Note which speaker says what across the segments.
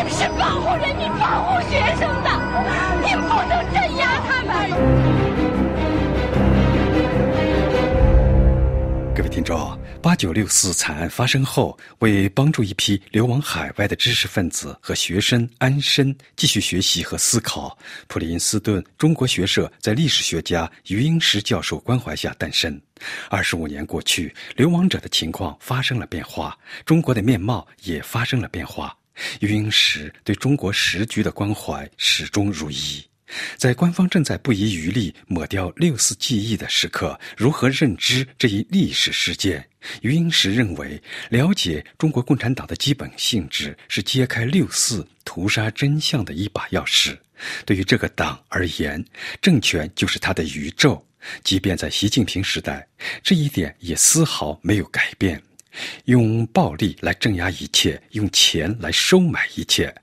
Speaker 1: 护人民、保护学生的，你不能镇压他们。
Speaker 2: 各位听众，八九六四惨案发生后，为帮助一批流亡海外的知识分子和学生安身、继续学习和思考，普林斯顿中国学社在历史学家余英时教授关怀下诞生。二十五年过去，流亡者的情况发生了变化，中国的面貌也发生了变化。余英时对中国时局的关怀始终如一，在官方正在不遗余力抹掉六四记忆的时刻，如何认知这一历史事件？余英时认为，了解中国共产党的基本性质是揭开六四屠杀真相的一把钥匙。对于这个党而言，政权就是他的宇宙。即便在习近平时代，这一点也丝毫没有改变。用暴力来镇压一切，用钱来收买一切。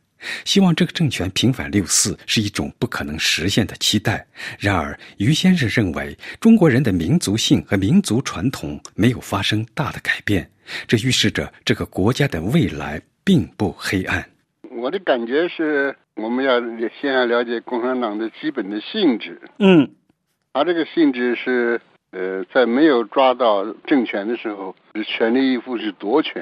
Speaker 2: 希望这个政权平反六四是一种不可能实现的期待。然而，于先生认为，中国人的民族性和民族传统没有发生大的改变，这预示着这个国家的未来并不黑暗。
Speaker 3: 我的感觉是，我们要先要了解共产党的基本的性质。
Speaker 2: 嗯，
Speaker 3: 它这个性质是。呃，在没有抓到政权的时候，是全力以赴是夺权；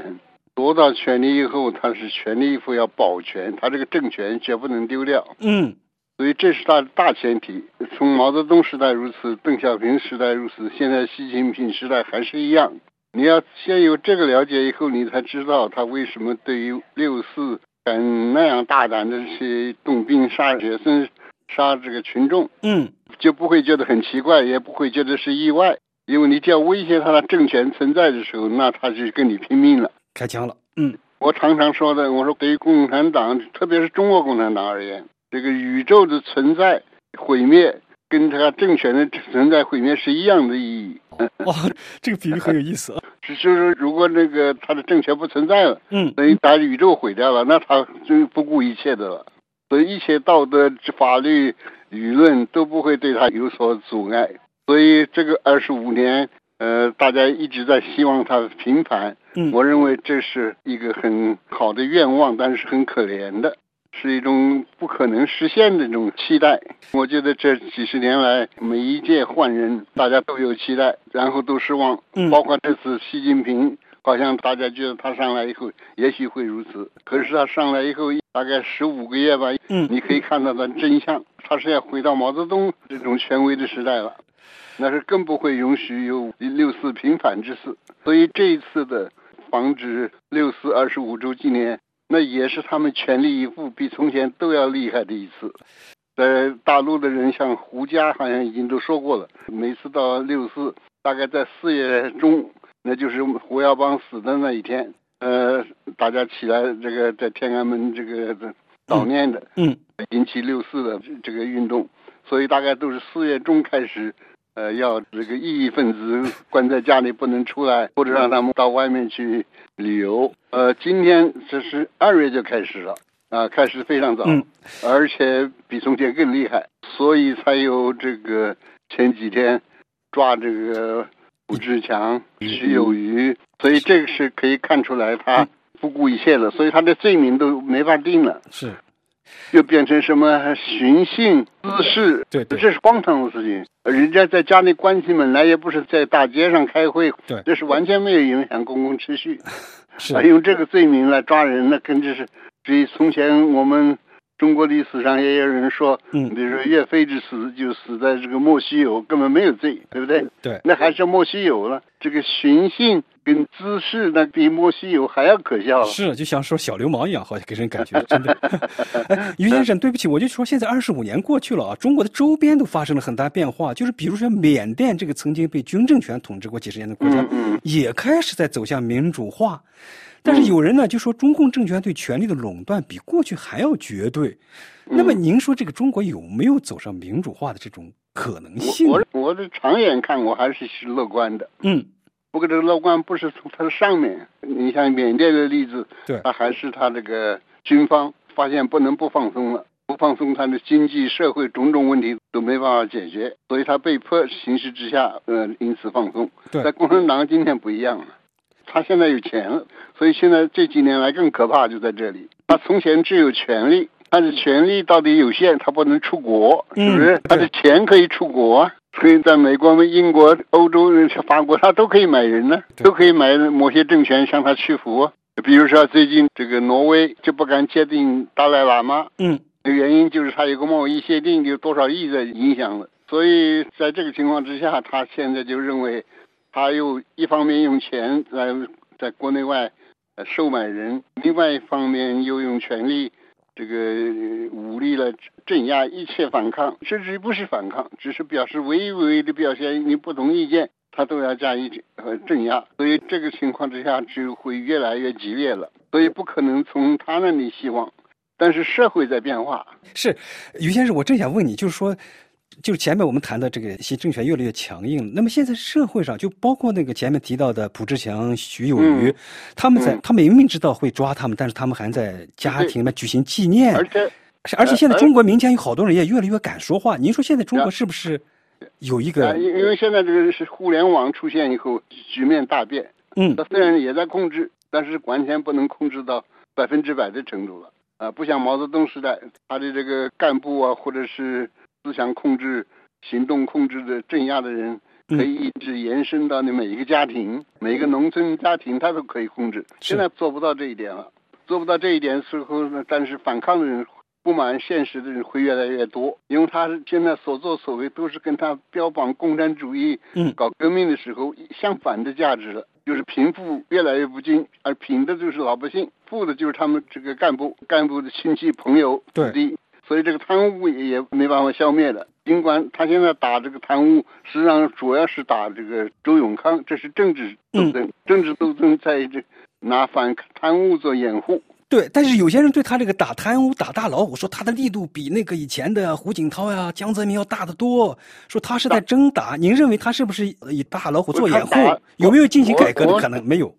Speaker 3: 夺到权力以后，他是全力以赴要保全，他这个政权绝不能丢掉。
Speaker 2: 嗯，
Speaker 3: 所以这是他的大前提。从毛泽东时代如此，邓小平时代如此，现在习近平时代还是一样。你要先有这个了解以后，你才知道他为什么对于六四敢嗯那样大胆的去动兵杀学生、杀这个群众。
Speaker 2: 嗯。
Speaker 3: 就不会觉得很奇怪，也不会觉得是意外，因为你只要威胁他的政权存在的时候，那他就跟你拼命了，
Speaker 2: 开枪了。嗯，
Speaker 3: 我常常说的，我说对于共产党，特别是中国共产党而言，这个宇宙的存在毁灭，跟他政权的存在毁灭是一样的意义。
Speaker 2: 哇，这个比喻很有意思啊！
Speaker 3: 就是如果那个他的政权不存在了，
Speaker 2: 嗯，
Speaker 3: 等于把宇宙毁掉了，那他就不顾一切的了。所以一切道德、法律、舆论都不会对他有所阻碍。所以这个二十五年，呃，大家一直在希望他平反。
Speaker 2: 嗯，
Speaker 3: 我认为这是一个很好的愿望，但是很可怜的，是一种不可能实现的这种期待。我觉得这几十年来，每一届换人，大家都有期待，然后都失望。
Speaker 2: 嗯，
Speaker 3: 包括这次习近平。好像大家觉得他上来以后也许会如此，可是他上来以后大概十五个月吧，
Speaker 2: 嗯，
Speaker 3: 你可以看到的真相，他是要回到毛泽东这种权威的时代了，那是更不会允许有六四平反之事。所以这一次的防止六四二十五周纪念，那也是他们全力以赴，比从前都要厉害的一次。在大陆的人，像胡佳好像已经都说过了，每次到六四，大概在四月中。那就是胡耀邦死的那一天，呃，大家起来这个在天安门这个悼念的，
Speaker 2: 嗯，
Speaker 3: 引起六四的这个运动，所以大概都是四月中开始，呃，要这个异议分子关在家里不能出来，或者让他们到外面去旅游。呃，今天这是二月就开始了，啊、呃，开始非常早，
Speaker 2: 嗯、
Speaker 3: 而且比从前更厉害，所以才有这个前几天抓这个。胡志强、
Speaker 2: 嗯
Speaker 3: 徐有余，所以这个是可以看出来他不顾一切了，所以他的罪名都没法定了，
Speaker 2: 是，
Speaker 3: 又变成什么寻衅滋事，
Speaker 2: 对对
Speaker 3: 这是荒唐的事情。人家在家里关起门来，也不是在大街上开会，
Speaker 2: 对
Speaker 3: 这是完全没有影响公共秩序。
Speaker 2: 是
Speaker 3: 啊，用这个罪名来抓人，那根本是，所以从前我们中国历史上也有人说，
Speaker 2: 嗯
Speaker 3: 比如说岳飞之死就死在这个莫须有，根本没有罪，对不对？
Speaker 2: 对，
Speaker 3: 那还是莫须有了。这个寻衅跟滋事，那比莫须有还要可笑了。
Speaker 2: 是，就像说小流氓一样，好像给人感觉真的。哎，于先生，对不起，我就说现在二十五年过去了啊，中国的周边都发生了很大变化，就是比如说缅甸这个曾经被军政权统治过几十年的国家，
Speaker 3: 嗯
Speaker 2: 也开始在走向民主化。但是有人呢就说，中共政权对权力的垄断比过去还要绝对。
Speaker 3: 嗯
Speaker 2: 那么您说这个中国有没有走上民主化的这种可能性？
Speaker 3: 我我的长远看，我还是是乐观的。
Speaker 2: 嗯，
Speaker 3: 不过这个乐观不是从它的上面，你像缅甸的例子，
Speaker 2: 对
Speaker 3: 它还是它这个军方发现不能不放松了，不放松它的经济社会种种问题都没办法解决，所以它被迫形势之下，呃，因此放松。
Speaker 2: 对
Speaker 3: 在共产党今天不一样了，他现在有钱了，所以现在这几年来更可怕就在这里，他从前只有权力。他的权利到底有限，他不能出国，是不
Speaker 2: 嗯
Speaker 3: 是？他的钱可以出国啊，所以在美国、英国、欧洲、法国，他都可以买人呢、
Speaker 2: 对
Speaker 3: 都可以买某些政权向他屈服啊。比如说，最近这个挪威就不敢接近达赖喇嘛，
Speaker 2: 嗯
Speaker 3: 原因就是他有个贸易协定，有多少亿的影响了。所以在这个情况之下，他现在就认为，他又一方面用钱来在国内外呃收买人，另外一方面又用权力这个呃武力来镇压一切反抗，甚至不是反抗，只是表示唯唯的表现你不同意见，他都要加以呃镇压。所以这个情况之下，就会越来越激烈了。所以不可能从他那里希望。但是社会在变 化，
Speaker 2: 是，于先生，我正想问你，就是说，就是前面我们谈的这个习政权越来越强硬，那么现在社会上就包括那个前面提到的朴志强、徐有余，
Speaker 3: 嗯
Speaker 2: 他们在、
Speaker 3: 嗯
Speaker 2: 他们明明知道会抓他们，但是他们还在家庭里面举行纪念，
Speaker 3: 而且
Speaker 2: 是而且
Speaker 3: 呃
Speaker 2: 现在
Speaker 3: 而
Speaker 2: 中国民间有好多人也越来越敢说话。您说现在中国
Speaker 3: 呀
Speaker 2: 是不是有一
Speaker 3: 啊，
Speaker 2: 个
Speaker 3: 因因为现在这个是互联网出现以后，局面大变。
Speaker 2: 嗯
Speaker 3: 它虽然也在控制，但是完全不能控制到百分之百的程度了。啊，不像毛泽东时代，他的这个干部啊，或者是思想控制、行动控制的镇压的人，
Speaker 2: 嗯
Speaker 3: 可以一直延伸到你每一个家庭、每一个农村家庭，他都可以控制。
Speaker 2: 是
Speaker 3: 现在做不到这一点了，做不到这一点之后呢，但是反抗的人。不满现实的人会越来越多，因为他现在所作所为都是跟他标榜共产主义、
Speaker 2: 嗯
Speaker 3: 搞革命的时候相反的价值了，就是贫富越来越不均，而贫的就是老百姓，富的就是他们这个干部、干部的亲戚、朋友、
Speaker 2: 对
Speaker 3: 子弟，所以这个贪污也也没办法消灭的。尽管他现在打这个贪污，实际上主要是打这个周永康，这是政治斗争，政治斗争在这拿反贪污做掩护。
Speaker 2: 对，但是有些人对他这个打贪污、打大老虎，说他的力度比那个以前的胡锦涛呀、江泽民要大得多，说他是在争打。您认为他是不是以大老虎做掩护
Speaker 3: 我看打？
Speaker 2: 有没有进行改革的
Speaker 3: 我
Speaker 2: 可能？没有。嗯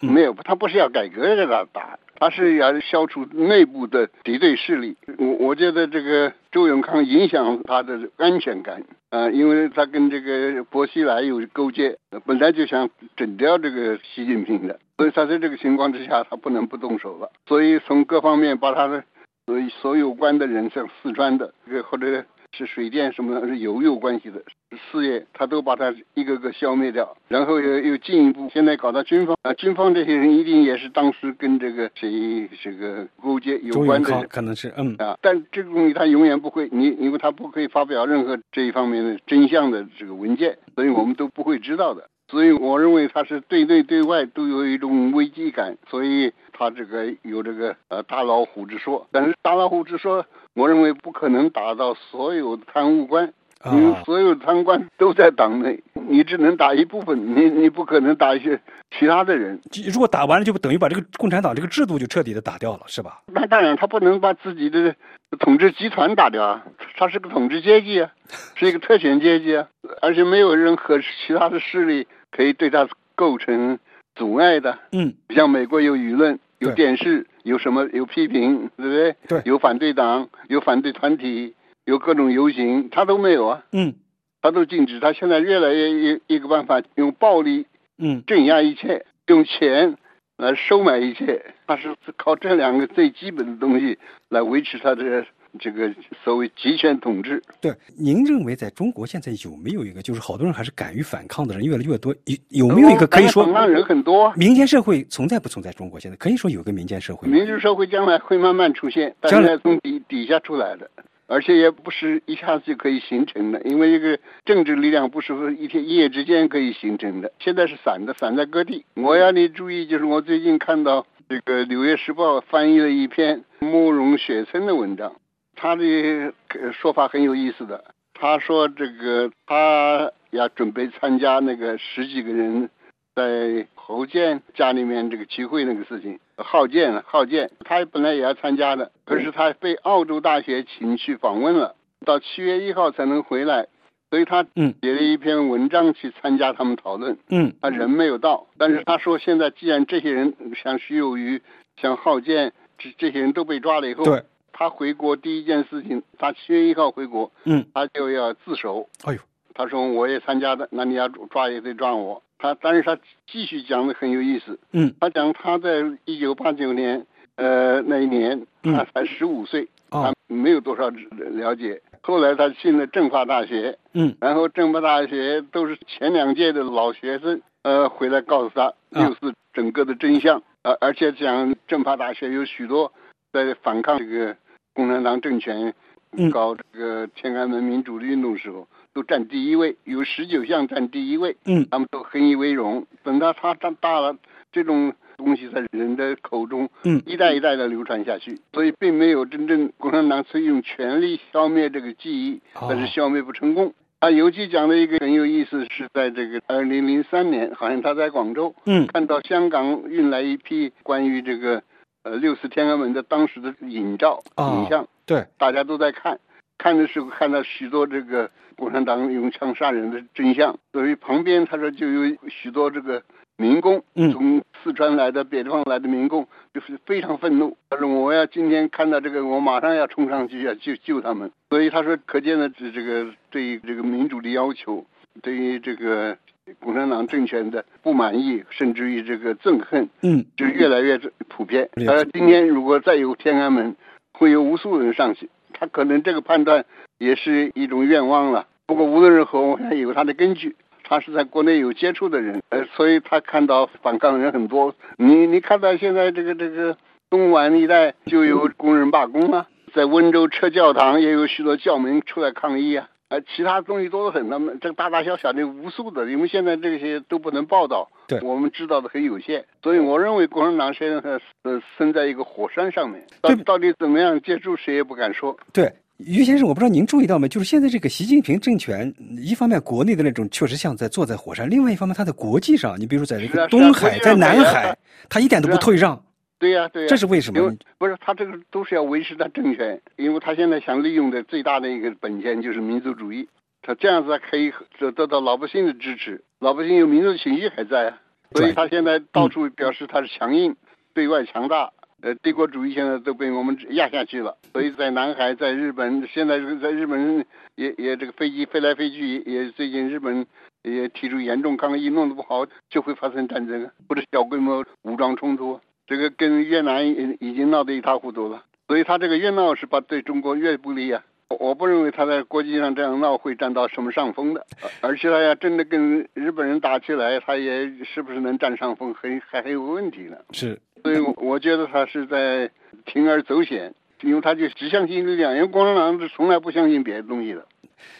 Speaker 3: 没有，他不是要改革这个打，他是要消除内部的敌对势力。我我觉得这个周永康影响他的安全感啊、呃因为他跟这个薄熙来有勾结，呃本来就想整掉这个习近平的，所以他在这个情况之下，他不能不动手了。所以从各方面把他的所以所有关的人，像四川的这个或者是水电什么的，是油有关系的，事业，他都把它一个个消灭掉，然后又又进一步，现在搞到军方啊，军方这些人一定也是当时跟这个谁这个勾结有
Speaker 2: 周
Speaker 3: 关
Speaker 2: 永
Speaker 3: 的
Speaker 2: 康
Speaker 3: 人
Speaker 2: 可能是嗯，
Speaker 3: 啊，但这个东西他永远不会，你因为他不可以发表任何这一方面的真相的这个文件，所以我们都不会知道的。所以我认为他是对内对外都有一种危机感，所以他这个有这个呃大老虎之说，但是大老虎之说，我认为不可能打到所有贪污官，
Speaker 2: 啊、
Speaker 3: 呃因为所有贪官都在党内，你只能打一部分，你你不可能打一些其他的人。
Speaker 2: 就如果打完了，就等于把这个共产党这个制度就彻底的打掉了，是吧？
Speaker 3: 那当然，他不能把自己的统治集团打掉啊，他是个统治阶级啊，是一个特权阶级啊，而且没有任何其他的势力可以对他构成阻碍的。
Speaker 2: 嗯，
Speaker 3: 像美国有舆论、有
Speaker 2: 对
Speaker 3: 电视、有什么有批评，对不对？
Speaker 2: 对
Speaker 3: 有反对党、有反对团体、有各种游行，他都没有啊，
Speaker 2: 嗯
Speaker 3: 他都禁止。他现在越来越一一个办法，用暴力
Speaker 2: 嗯，
Speaker 3: 镇压一切，用钱来收买一切，他是靠这两个最基本的东西来维持他的这个所谓集权统治。
Speaker 2: 对。您认为在中国现在有没有一个，就是好多人还是敢于反抗的人越来越多，有有没有一个可以说
Speaker 3: 反抗人很多啊，
Speaker 2: 民间社会存在不存在中国现在？可以说有个民间社会吗。
Speaker 3: 民主社会将来会慢慢出现，但
Speaker 2: 将来
Speaker 3: 是从底底下出来的。而且也不是一下子就可以形成的，因为这个政治力量不是说一天一夜之间可以形成的，现在是散的，散在各地。我要你注意，就是我最近看到这个《纽约时报》翻译了一篇慕容雪村的文章，他的呃说法很有意思的。他说这个他要准备参加那个十几个人在侯健家里面这个集会那个事情，浩健浩健，他本来也要参加的，可是他被澳洲大学请去访问了，到七月一号才能回来，所以他
Speaker 2: 嗯
Speaker 3: 写了一篇文章去参加他们讨论。
Speaker 2: 嗯
Speaker 3: 他人没有到，但是他说现在既然这些人像徐有余、像浩健这这些人都被抓了以后，
Speaker 2: 对，
Speaker 3: 他回国第一件事情，他七月一号回国，
Speaker 2: 嗯，
Speaker 3: 他就要自首。
Speaker 2: 哎呦，
Speaker 3: 他说我也参加的，那你要抓也得抓我。他但是他继续讲的很有意思，
Speaker 2: 嗯
Speaker 3: 他讲他在一九八九年呃那一年，
Speaker 2: 嗯
Speaker 3: 他才十五岁，
Speaker 2: 哦
Speaker 3: 他没有多少了解。后来他进了政法大学，
Speaker 2: 嗯
Speaker 3: 然后政法大学都是前两届的老学生，呃，回来告诉他六四整个的真相，呃，而且讲政法大学有许多在反抗这个共产党政权
Speaker 2: 嗯，
Speaker 3: 搞这个天安门民主的运动时候，都占第一位，有十九项占第一位，
Speaker 2: 嗯
Speaker 3: 他们都很以为荣。等到他长大了，这种东西在人的口中
Speaker 2: 嗯
Speaker 3: 一代一代的流传下去，所以并没有真正共产党是用权力消灭这个记忆，
Speaker 2: 哦
Speaker 3: 但是消灭不成功。啊，尤其讲的一个很有意思，是在这个二零零三年，好像他在广州
Speaker 2: 嗯
Speaker 3: 看到香港运来一批关于这个呃六四天安门的当时的影照、
Speaker 2: 哦
Speaker 3: 啊影像，
Speaker 2: 对，
Speaker 3: 大家都在看，看的时候看到许多这个共产党用枪杀人的真相，所以旁边他说就有许多这个民工，
Speaker 2: 嗯
Speaker 3: 从四川来的、别地方来的民工，就是非常愤怒，他说我要今天看到这个，我马上要冲上去要救救他们。所以他说，可见的这这个对于这个民主的要求，对于这个共产党政权的不满意，甚至于这个憎恨，
Speaker 2: 嗯
Speaker 3: 就越来越普遍。
Speaker 2: 了解
Speaker 3: 呃，今天如果再有天安门，会有无数人上去。他可能这个判断也是一种愿望了。不过无论如何，我想有他的根据。他是在国内有接触的人，呃，所以他看到反抗的人很多。你你看到现在这个这个东莞一带就有工人罢工啊，在温州车教堂也有许多教民出来抗议啊。呃，其他东西多得很，那么这个大大小小的无数的，因为现在这些都不能报道，
Speaker 2: 对
Speaker 3: 我们知道的很有限，所以我认为共产党现在呃生在一个火山上面，到
Speaker 2: 对
Speaker 3: 到底怎么样接触谁也不敢说。
Speaker 2: 对，于先生，我不知道您注意到没，就是现在这个习近平政权，一方面国内的那种确实像在坐在火山，另外一方面它在国际上，你比如在这
Speaker 3: 是
Speaker 2: 个
Speaker 3: 啊
Speaker 2: 东
Speaker 3: 是啊
Speaker 2: 海、
Speaker 3: 国际
Speaker 2: 在
Speaker 3: 上
Speaker 2: 南
Speaker 3: 本来
Speaker 2: 海
Speaker 3: 它，
Speaker 2: 他一点都不
Speaker 3: 是啊
Speaker 2: 退让。
Speaker 3: 对呀、对呀、
Speaker 2: 这是为什么
Speaker 3: 因
Speaker 2: 呢
Speaker 3: 为不是他这个都是要维持他政权，因为他现在想利用的最大的一个本钱就是民族主义，他这样子可以得得到老百姓的支持，老百姓有民族情绪还在啊，所以他现在到处表示他是强硬，对外强大。呃，帝国主义现在都被我们压下去了，所以在南海，在日本，现在在日本也也这个飞机飞来飞去，也也最近日本也提出严重抗议，弄得不好就会发生战争啊，或者小规模武装冲突啊。这个跟越南已已经闹得一塌糊涂了，所以他这个越闹是把对中国越不利啊。我我不认为他在国际上这样闹会占到什么上风的，呃而而且他要真的跟日本人打起来，他也是不是能占上风，很还很有问题呢。
Speaker 2: 是，
Speaker 3: 所以我我觉得他是在铤而走险，因为他就只相信力量，因为共产党是从来不相信别的东西的，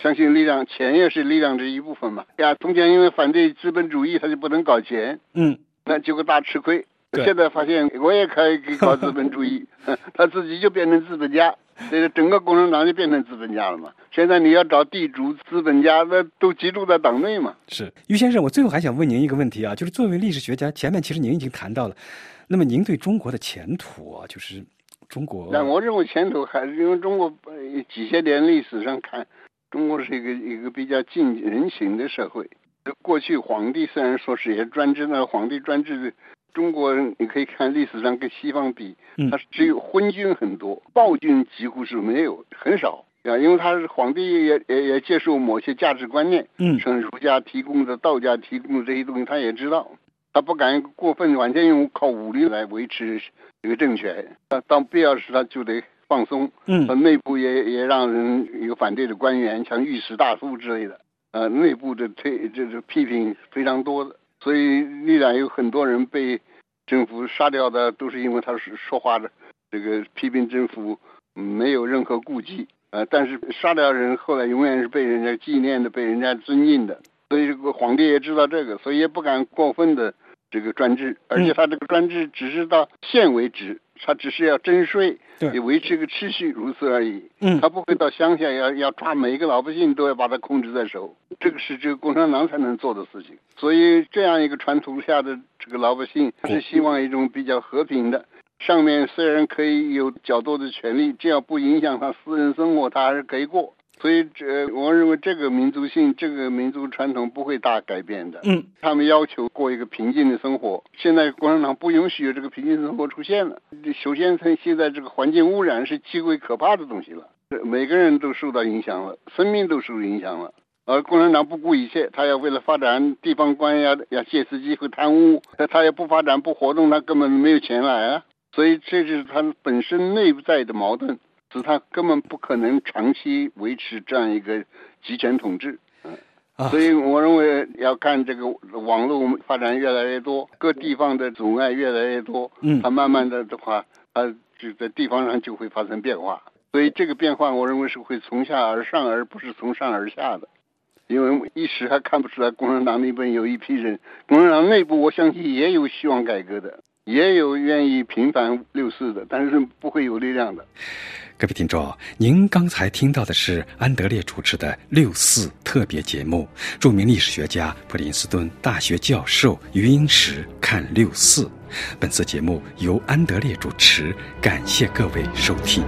Speaker 3: 相信力量，钱也是力量的一部分嘛。呀，从前因为反对资本主义，他就不能搞钱，
Speaker 2: 嗯，
Speaker 3: 那结果大吃亏。
Speaker 2: 对
Speaker 3: 现在发现我也可以搞资本主义， 他自己就变成资本家，这个整个共产党就变成资本家了嘛。现在你要找地主、资本家，那都集中在党内嘛。
Speaker 2: 是。于先生，我最后还想问您一个问题啊，就是作为历史学家，前面其实您已经谈到了，那么您对中国的前途啊，就是中国，
Speaker 3: 但我认为前途还是因为中国呃几千年历史上看，中国是一个一个比较近人情的社会。过去皇帝虽然说是也专制，那皇帝专制的中国，你可以看历史上跟西方比
Speaker 2: 嗯，
Speaker 3: 它是只有昏君很多，暴君几乎是没有，很少。啊，因为他是皇帝也也也接受某些价值观念，
Speaker 2: 嗯
Speaker 3: 像儒家提供的、道家提供的这些东西，他也知道，他不敢过分完全用靠武力来维持这个政权。那当必要时，他就得放松。呃，
Speaker 2: 嗯
Speaker 3: 内部也也让人有反对的官员，像御史大夫之类的，呃，内部的推就是批评非常多的，所以历来有很多人被政府杀掉的，都是因为他是说话的这个批评政府嗯没有任何顾忌，呃，但是杀掉人后来永远是被人家纪念的，被人家尊敬的，所以这个皇帝也知道这个，所以也不敢过分的这个专制，而且他这个专制只是到县为止，他只是要征税，
Speaker 2: 对
Speaker 3: 也维持一个秩序，如此而已。
Speaker 2: 嗯
Speaker 3: 他不会到乡下要要抓每一个老百姓都要把他控制在手，这个是这个共产党才能做的事情。所以这样一个传统下的这个老百姓是希望一种比较和平的。上面虽然可以有较多的权利，只要不影响他私人生活，他还是可以过。所以这我认为这个民族性、这个民族传统不会大改变的。
Speaker 2: 嗯，
Speaker 3: 他们要求过一个平静的生活，现在共产党不允许有这个平静生活出现了。首先，从现在这个环境污染是极为可怕的东西了，每个人都受到影响了，生命都受影响了。而共产党不顾一切，他要为了发展，地方官要要借此机会贪污，他他也不发展不活动，他根本没有钱来啊。所以这就是他本身内在的矛盾，使他根本不可能长期维持这样一个集权统治。
Speaker 2: 啊
Speaker 3: 所以我认为要看这个网络发展越来越多，各地方的阻碍越来越多，
Speaker 2: 嗯
Speaker 3: 它慢慢的的话，它就在地方上就会发生变化。所以这个变化，我认为是会从下而上，而不是从上而下的。因为一时还看不出来，共产党里边有一批人，共产党内部我相信也有希望改革的，也有愿意平反六四的，但是不会有力量的。
Speaker 2: 各位听众，您刚才听到的是安德烈主持的六四特别节目，著名历史学家普林斯顿大学教授余英时看六四。本次节目由安德烈主持，感谢各位收听。